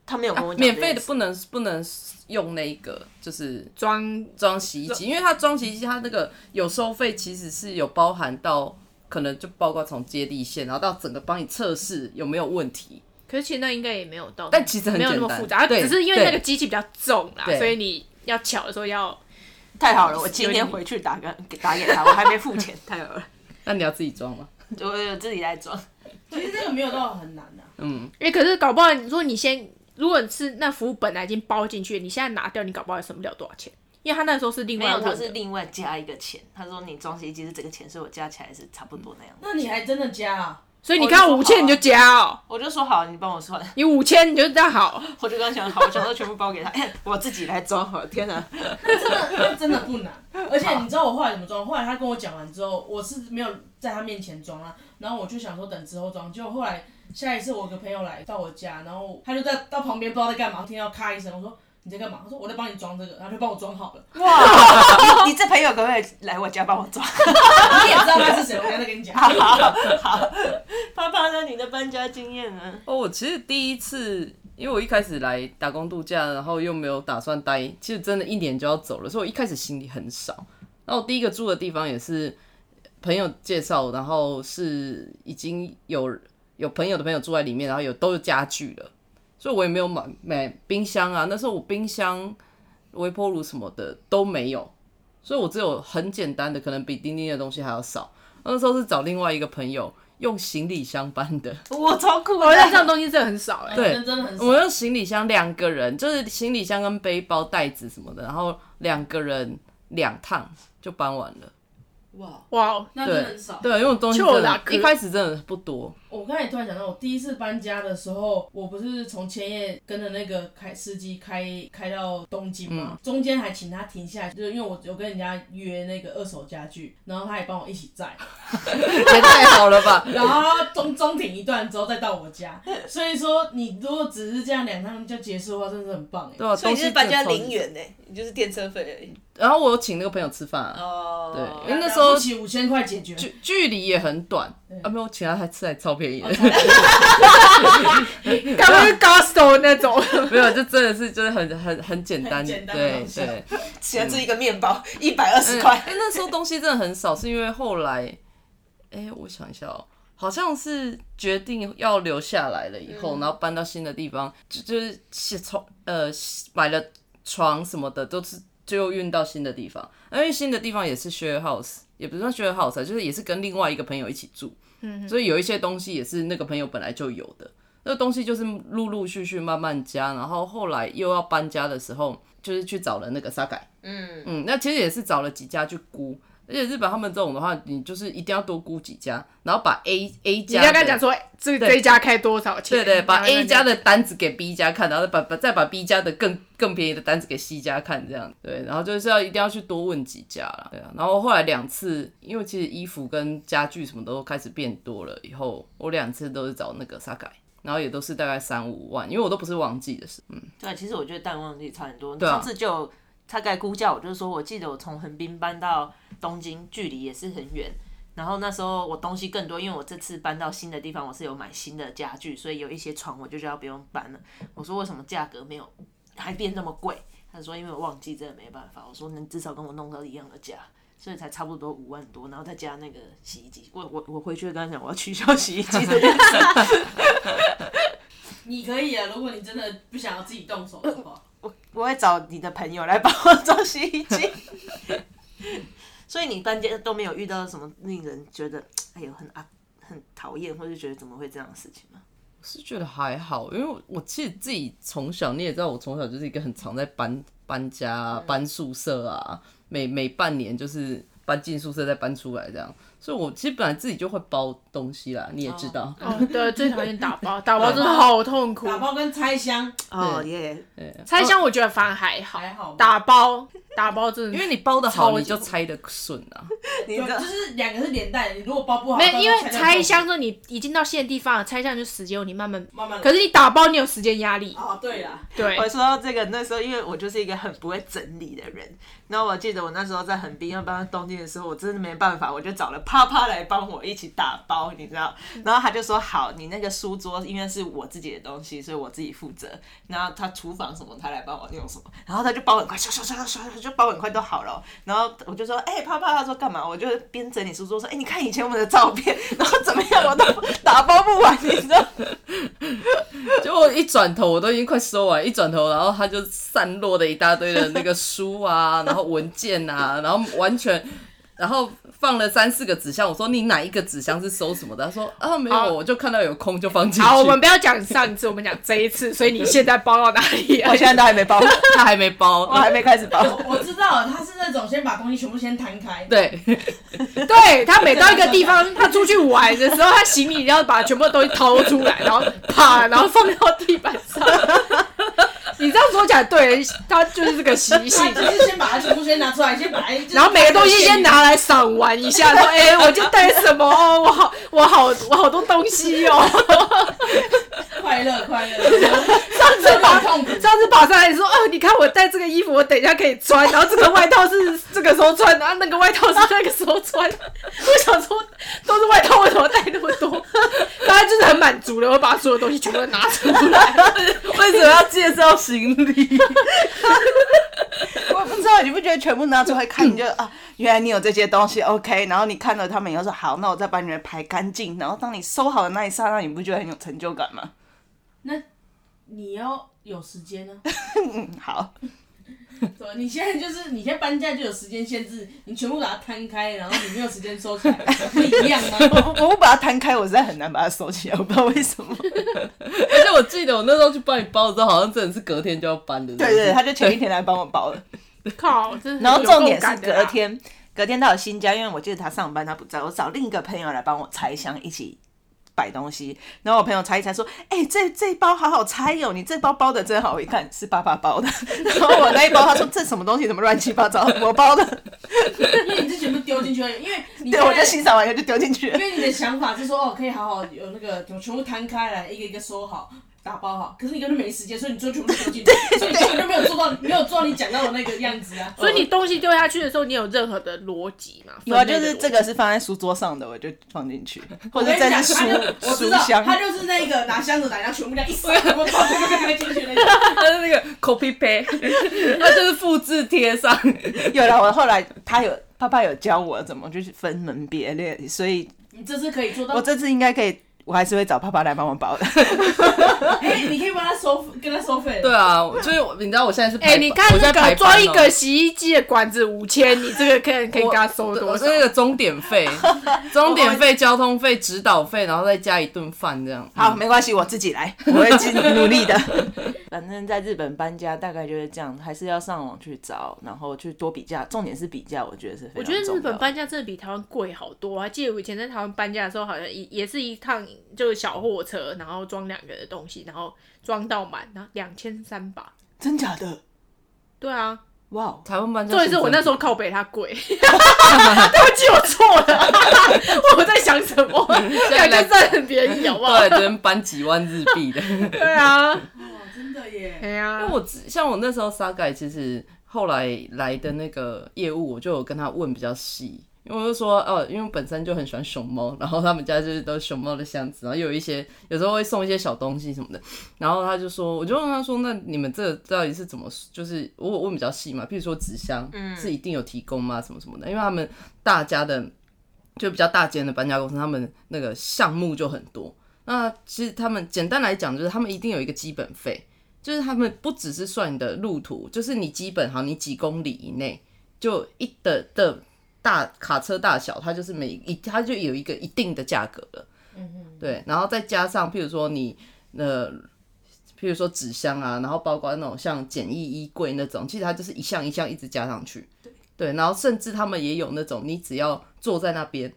Speaker 3: 他没有跟我讲这件
Speaker 4: 免
Speaker 3: 事、
Speaker 4: 费的不能不能用那个，就是
Speaker 5: 装
Speaker 4: 装洗衣机，因为它装洗衣机它那个有收费，其实是有包含到可能就包括从接地线，然后到整个帮你测试有没有问题。
Speaker 5: 可是其实那应该也没有到，
Speaker 4: 但其实很
Speaker 5: 没有那
Speaker 4: 简
Speaker 5: 么
Speaker 4: 单
Speaker 5: 复杂，它啊
Speaker 4: 对
Speaker 5: 只是因为那个
Speaker 4: 对
Speaker 5: 机器比较重啦，
Speaker 4: 对
Speaker 5: 所以你要巧的时候要
Speaker 3: 太好了，我今天回去打个打给他，我还没付钱，太好了，
Speaker 4: 那你要自己装吗？
Speaker 3: 我我自己来装。
Speaker 2: 其实这个没有到很难的、啊
Speaker 4: 嗯，
Speaker 5: 哎、可是搞不好如果你先，如果是那服务本来已经包进去，你现在拿掉，你搞不好也省不了多少钱，因为他那时候是另
Speaker 3: 没
Speaker 5: 外
Speaker 3: 有，
Speaker 5: 问的
Speaker 3: 他是另外加一个钱。他说你装洗衣机是这个钱，所以我加起来是差不多那样。
Speaker 2: 那你还真的加啊？
Speaker 5: 所以你看
Speaker 3: 我
Speaker 5: 五
Speaker 3: 就说
Speaker 5: 千你就加哦，
Speaker 3: 我就说好，你帮我算。
Speaker 5: 你五千你就这样好，
Speaker 3: 我就跟他讲好，我想说全部包给他，哎我自己来装好了。天哪，
Speaker 2: 真的那真的不难。而且你知道我后来怎么装？后来他跟我讲完之后，我是没有在他面前装啊，然后我就想说等之后装。结果后来下一次我有个朋友来到我家，然后他就在到旁边不知道在干嘛，听到咔一声，我说你在干嘛？他说我在帮你装这个，然后就帮我装好了。
Speaker 3: 哇！你这朋友可不可以来我家帮我装？
Speaker 2: 你也知道他是谁，我刚才跟你讲。
Speaker 3: 啪啪呢？你的搬家经验呢？
Speaker 4: 哦，我其实第一次，因为我一开始来打工度假，然后又没有打算待，其实真的一年就要走了，所以我一开始行李很少。然后我第一个住的地方也是朋友介绍，然后是已经有有朋友的朋友住在里面，然后有都有家具了，所以我也没有买买冰箱啊。那时候我冰箱、微波炉什么的都没有，所以我只有很简单的，可能比钉钉的东西还要少。那时候是找另外一个朋友用行李箱搬的。
Speaker 3: 我超酷
Speaker 5: 我觉得这
Speaker 3: 的，
Speaker 5: 种东西真的很少哎、
Speaker 4: 对
Speaker 2: 人真的很少
Speaker 4: 我。们用行李箱两个人，就是行李箱跟背包、袋子什么的，然后两个人两趟就搬完了。
Speaker 3: 哇！
Speaker 5: 哇哦，
Speaker 2: 那真的
Speaker 4: 对
Speaker 2: 很少，。
Speaker 4: 对，因为东西真
Speaker 5: 就啦
Speaker 4: 的
Speaker 5: 可
Speaker 4: 一开始真的不多，
Speaker 2: 我刚才突然想到，我第一次搬家的时候，我不是从千叶跟着那个开司机开开到东京
Speaker 4: 嗯
Speaker 2: 嘛，中间还请他停下来，就是因为我有跟人家约那个二手家具，然后他也帮我一起 载，
Speaker 4: 也太好了吧？
Speaker 2: 然后他中中停一段之后再到我家，所以说你如果只是这样两趟就结束的话，真的是很棒哎。
Speaker 4: 对啊，
Speaker 3: 所以你
Speaker 4: 东西
Speaker 3: 是搬家
Speaker 4: 真的超
Speaker 3: 零
Speaker 4: 级。
Speaker 3: 元呢、你就是电车费而已。
Speaker 4: 然后我有请那个朋友吃饭啊、
Speaker 3: 哦，
Speaker 4: 对因
Speaker 2: 因
Speaker 4: 为
Speaker 2: 为
Speaker 4: 那时候
Speaker 2: 起五千块解决，
Speaker 4: 距距离也很短啊，没有请他还吃还超便宜的，
Speaker 5: 该不会是 Gusto 那种？
Speaker 4: 没有，就真的是就是很很很简单，
Speaker 2: 很简单
Speaker 4: 对
Speaker 2: 很好笑
Speaker 4: 对。
Speaker 3: 喜欢吃一个面包一百二十
Speaker 4: 嗯
Speaker 3: 块，
Speaker 4: 哎、那时候东西真的很少，是因为后来，哎、我想一下哦、好像是决定要留下来了以
Speaker 3: 嗯
Speaker 4: 后，然后搬到新的地方，就就是是从呃买了床什么的，都是就运到新的地方，因为新的地方也是 share house，也不是算 share house，、啊、就是也是跟另外一个朋友一起住，嗯，所以有一些东西也是那个朋友本来就有的。那个东西就是陆陆续续慢慢加，然后后来又要搬家的时候，就是去找了那个沙改，
Speaker 3: 嗯，
Speaker 4: 嗯，那其实也是找了几家去估，而且日本他们这种的话，你就是一定要多估几家，然后把 A A
Speaker 5: 你
Speaker 4: 家
Speaker 5: 要
Speaker 4: 的
Speaker 5: 跟他讲说哎这这一家开多少钱？
Speaker 4: 对对，把 A 家
Speaker 5: 的
Speaker 4: 的单子给 B 家看，然后再把把再把 B 家的更更便宜的单子给 C 家看，这样对，然后就是要一定要去多问几家啦，对啊，然后后来两次，因为其实衣服跟家具什么都开始变多了，以后我两次都是找那个沙改。然后也都是大概三五万，因为我都不是旺季的事。嗯，
Speaker 3: 对，其实我觉得淡旺季差很多。
Speaker 4: 啊
Speaker 3: 上次就有大概估价，我就是说我记得我从横滨搬到东京，距离也是很远。然后那时候我东西更多，因为我这次搬到新的地方，我是有买新的家具，所以有一些床我就知道不用搬了。我说为什么价格没有还变那么贵？他说因为我忘记真的没办法。我说能至少跟我弄到一样的价。所以才差不多五万多，然后再加那个洗衣机。我我我回去跟他讲，我要取消洗衣机这件事。
Speaker 2: 你可以啊，如果你真的不想要自己动手的
Speaker 4: 呃
Speaker 2: 话。
Speaker 3: 我我会找你的朋友来帮我装洗衣机。 所以你搬家都没有遇到什么令人觉得哎呦很啊很讨厌，或是觉得怎么会这样的事情吗？
Speaker 4: 是觉得还好，因为我我其实自己从小你也知道，我从小就是一个很常在搬搬家、
Speaker 5: 嗯
Speaker 4: 啊、搬宿舍啊，每每半年就是搬进宿舍再搬出来这样，所以我其实本来自己就会包东西啦，你也知道，
Speaker 5: 哦，对，最讨厌打包，打包真的好痛苦。
Speaker 2: 打包跟拆箱
Speaker 3: 哦耶，
Speaker 5: 拆箱我觉得反而还好，
Speaker 2: 还好吧
Speaker 5: 打包打包真的，
Speaker 4: 因为你包的好，
Speaker 5: 超
Speaker 4: 你就拆的顺啊。
Speaker 3: 你
Speaker 2: 有
Speaker 3: 这
Speaker 2: 就是两个是连带的，你如果包不好，
Speaker 5: 没有因为
Speaker 2: 到时候
Speaker 5: 拆箱之后你已经到新的地方了，拆箱就时间你慢慢，
Speaker 2: 慢慢来
Speaker 5: 可是你打包你有时间压力，
Speaker 2: 哦，对啦，
Speaker 5: 对
Speaker 3: 我，说到这个，那时候因为我就是一个很不会整理的人，然后我记得我那时候在横滨要搬到东京的时候，我真的没办法，我就找了啪啪来帮我一起打包，你知道？然后他就说好，你那个书桌因为是我自己的东西，所以我自己负责。然后他厨房什么，他来帮我用什么，然后他就包很快，刷刷刷刷刷，就包很快都好了哦。然后我就说，哎、啪啪，他说干嘛？我就边整理书桌说，哎、你看以前我们的照片，然后怎么样，我都打包不完，你知道？
Speaker 4: 结果一转头，我都已经快收完，一转头，然后他就散落的一大堆的那个书啊，然后文件啊，然后完全，然后放了三四个纸箱。我说你哪一个纸箱是收什么的？他说啊没有，
Speaker 5: 好
Speaker 4: 我就看到有空就放进去。
Speaker 5: 好，我们不要讲上一次，我们讲这一次。所以你现在包到哪里？
Speaker 3: 我现 在都还没包，
Speaker 4: 他还没包，
Speaker 3: 我还没开始包。
Speaker 2: 我知道了他是那种先把东西全部先摊开，
Speaker 4: 对，
Speaker 5: 对他每到一个地方，他出去玩的时候，他行李要把全部东西掏出来，然后啪，然后放到地板上。你这样说起来，对他就是这个习
Speaker 2: 他
Speaker 5: 性
Speaker 2: 就。是先把它全部先拿出来，先把它，就是
Speaker 5: 然后每个东西先拿来赏玩一下，说：“哎、我就带什么哦，我好，我好，我好多东西哦。
Speaker 2: 快乐快乐，
Speaker 5: 上次
Speaker 2: 好
Speaker 5: 爬，
Speaker 2: 痛苦。
Speaker 5: 上次爬上来说：‘哦，你看我带这个衣服，我等一下可以穿。’然后这个外套是这个时候穿，然啊后那个外套是那个时候穿。我想说，都是外套，为什么带那么多？大家就是很满足了，我把所有东西全部都拿出来。
Speaker 4: 为什么要介绍行李？
Speaker 3: 我不知道，你不觉得全部拿出来看，你就啊，原来你有这些东西，OK。然后你看到他们以后说好，那我再把你们排干净。然后当你收好的那一刹那，你不觉得很有成就感吗？
Speaker 2: 那 你要有时间啊呢、
Speaker 3: 嗯，好，
Speaker 2: 对吧你现在就是你现在搬家就有时间限制，你全部把它摊开，然后你没有时间收起来，不一样啊吗？
Speaker 3: 我 我不把它摊开，我实在很难把它收起来，我不知道为什么。
Speaker 4: 而且我记得我那时候去帮你包的时候，好像真的是隔天就要搬的。
Speaker 3: 对对对，他就前一天来帮我包了。
Speaker 5: 靠，真的
Speaker 3: 然后
Speaker 5: 有够
Speaker 3: 重点是
Speaker 5: 感的
Speaker 3: 隔
Speaker 5: 啦，
Speaker 3: 天，隔天到了新家，因为我记得他上班他不在，我找另一个朋友来帮我拆箱，一起摆东西。然后我朋友拆一拆说：“哎、这这一包好好拆哦，你这包包的真好。”我一看是爸爸包的，然后我那一包他说：“这什么东西？怎么乱七八糟？我包的。
Speaker 2: 因为你是全部丢进去而已，因为”你
Speaker 3: 对，
Speaker 2: 现
Speaker 3: 我
Speaker 2: 在
Speaker 3: 就欣赏完以后就丢进去了
Speaker 2: 因。为你的想法是说，哦，可以好好有那个全部摊开来，一个一个收好。打包好，可是你根本没时间，所以你就全部丢进去，所以你根本就没有做到，没有做到你讲到的那个样子啊。
Speaker 5: 所以你东西丢下去的时候，你有任何的逻辑吗？
Speaker 3: 有啊，就
Speaker 5: 分类的
Speaker 3: 是
Speaker 5: 逻辑
Speaker 3: 这个是放在书桌上的，我就放进去，
Speaker 2: 我
Speaker 3: 或者
Speaker 2: 跟你
Speaker 3: 这
Speaker 2: 讲，
Speaker 3: 是
Speaker 2: 他就
Speaker 3: 书
Speaker 2: 我知
Speaker 3: 书
Speaker 2: 道，
Speaker 3: 箱。
Speaker 2: 他就是那个拿箱子拿，然后全部这样一塞，然后把这个塞进去那个。
Speaker 4: 他的那个 copy paste，他就是复制贴上。
Speaker 3: 有了，我后来他有爸爸有教我怎么就是分门别类，所以
Speaker 2: 你这次可以做到
Speaker 3: 我，这次应该可以，我还是会找爸爸来帮我包的。
Speaker 2: 哎，你可以帮他收，跟他收费。
Speaker 4: 对啊，就是我，你知道我现在是排
Speaker 5: 哎、
Speaker 4: 版
Speaker 5: 你看
Speaker 4: 我
Speaker 5: 那
Speaker 4: 在排
Speaker 5: 个
Speaker 4: 版
Speaker 5: 装一
Speaker 4: 哦
Speaker 5: 个洗衣机的管子五千，你这个可以可以给他收
Speaker 4: 对
Speaker 5: 多
Speaker 4: 我
Speaker 5: 少
Speaker 4: 是？那个钟点费，钟点 费、交通费、指导费，然后再加一顿饭这样。
Speaker 3: 好，没关系，我自己来，我会尽努力的。反正在日本搬家大概就是这样，还是要上网去找，然后去多比价，重点是比价，我觉得是非
Speaker 5: 我
Speaker 3: 常
Speaker 5: 觉
Speaker 3: 重要的。
Speaker 5: 得日本搬家真的比台湾贵好多。啊我还记得我以前在台湾搬家的时候，好像也也是一趟就是小货车，然后装两个人的东西，然后装到满，然后两千三吧。
Speaker 3: 真假的，
Speaker 5: 对啊，
Speaker 3: 哇、哦，
Speaker 4: 台湾搬家，
Speaker 5: 重点是我那时候靠北它 贵，对不起，我错了， 我在想什么？两千三很便宜，好不好？
Speaker 4: 嗯对，只能搬几万日币的。
Speaker 5: 对啊，
Speaker 2: 哦，真的耶。
Speaker 5: 哎呀
Speaker 4: 因为，我只像我那时候沙盖，其实后来来的那个业务，我就有跟他问比较细，因为我就说哦，因为我本身就很喜欢熊猫，然后他们家就是都是熊猫的箱子，然后有一些有时候会送一些小东西什么的，然后他就说，我就问他说，那你们这到底是怎么，就是我有问比较细嘛，譬如说纸箱，是一定有提供吗？什么什么的，因为他们大家的就比较大间的搬家公司，他们那个项目就很多。那其实他们简单来讲，就是他们一定有一个基本费，就是他们不只是算你的路途，就是你基本好，你几公里以内就一的的大卡车大小，它就是每一它就有一个一定的价格了。嗯对，然后再加上譬如说你呃，譬如说纸箱啊，然后包括那种像简易衣柜那种，其实它就是一项一项一直加上去。对对，然后甚至他们也有那种你只要坐在那边，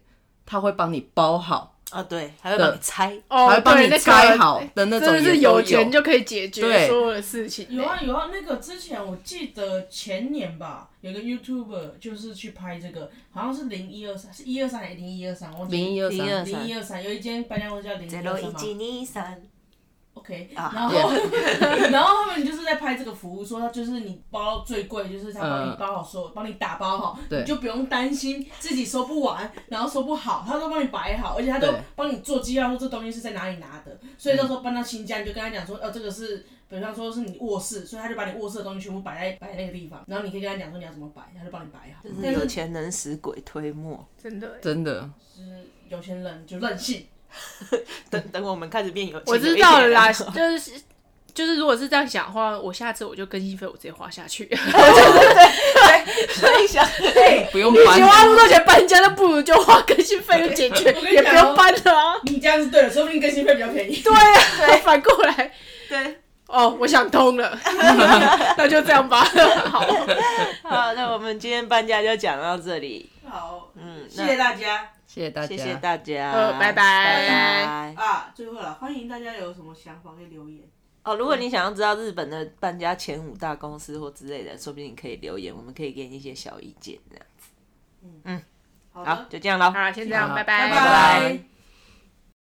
Speaker 4: 他会帮你包好，
Speaker 3: 啊对，还会帮你拆。
Speaker 5: 哦，
Speaker 4: 还会帮
Speaker 5: 对
Speaker 4: 你
Speaker 5: 那个
Speaker 4: 拆好的那
Speaker 5: 真
Speaker 4: 种
Speaker 5: 的
Speaker 4: 也都
Speaker 5: 是
Speaker 4: 有
Speaker 5: 钱就可以解决
Speaker 4: 对
Speaker 5: 所有的事情欸。
Speaker 2: 有啊有啊，那个之前我记得前年吧，有个 YouTuber 就是去拍这个，好像是零一二三，是一二三还是零一二三？忘记
Speaker 4: 零一二三
Speaker 3: 0123
Speaker 2: 零一二三，有一间搬家公司叫零一二三吗？
Speaker 3: 一三，
Speaker 2: 我 OK，、
Speaker 3: 啊
Speaker 2: 然后 然后他们就是在拍这个服务，说他就是你包最贵，就是他帮你
Speaker 4: 嗯
Speaker 2: 包好所有，帮、你打包好，
Speaker 4: 对
Speaker 2: 你就不用担心自己收不完，然后收不好，他都帮你摆好，而且他都
Speaker 4: 对
Speaker 2: 帮你做资料，说这东西是在哪里拿的，所以到时候搬到新家，你就跟他讲说，呃，这个是。比方说是你卧室，所以他就把你卧室的东西全部摆在摆在那个地方，然后你可以跟他讲说你要怎么摆，他就帮你摆好。
Speaker 3: 就是
Speaker 2: 但
Speaker 3: 有
Speaker 2: 是
Speaker 3: 钱能使鬼推磨。
Speaker 5: 真的欸。
Speaker 4: 真的，
Speaker 2: 就是有钱人就任性，
Speaker 3: 等等，我们开始变有钱，
Speaker 5: 我知道了啦，就是 就是，如果是这样想的话，我下次我就更新费我直接花下去。
Speaker 3: 所以想，
Speaker 4: 不用
Speaker 5: 与其
Speaker 4: 搬，
Speaker 5: 花那么多钱搬家，那不如就花更新费就解决，
Speaker 2: 我跟你
Speaker 5: 也
Speaker 2: 讲哦
Speaker 5: 不用搬了啊。
Speaker 2: 你这样是对的，说不定更新费比较便宜。
Speaker 5: 对啊， 反过来，
Speaker 3: 对，
Speaker 5: 哦，我想通了， 那就这样吧。 好，
Speaker 3: 好，那我们今天搬家就讲到这里，
Speaker 2: 好，嗯，
Speaker 3: 那
Speaker 2: 谢谢大家
Speaker 4: 谢谢大家，
Speaker 3: 谢谢大家，
Speaker 5: 呃拜拜
Speaker 3: 拜拜。
Speaker 2: 啊！最后了，欢迎大家有什么想法可以留言。
Speaker 3: 哦，如果你想要知道日本的搬家前五大公司或之类的，说不定你可以留言，我们可以给你一些小意见这样。
Speaker 2: 好
Speaker 3: 好，
Speaker 2: 的，
Speaker 3: 就这样喽，
Speaker 5: 好，先这样，
Speaker 4: 好
Speaker 5: 拜
Speaker 2: 拜
Speaker 5: 拜
Speaker 2: 拜。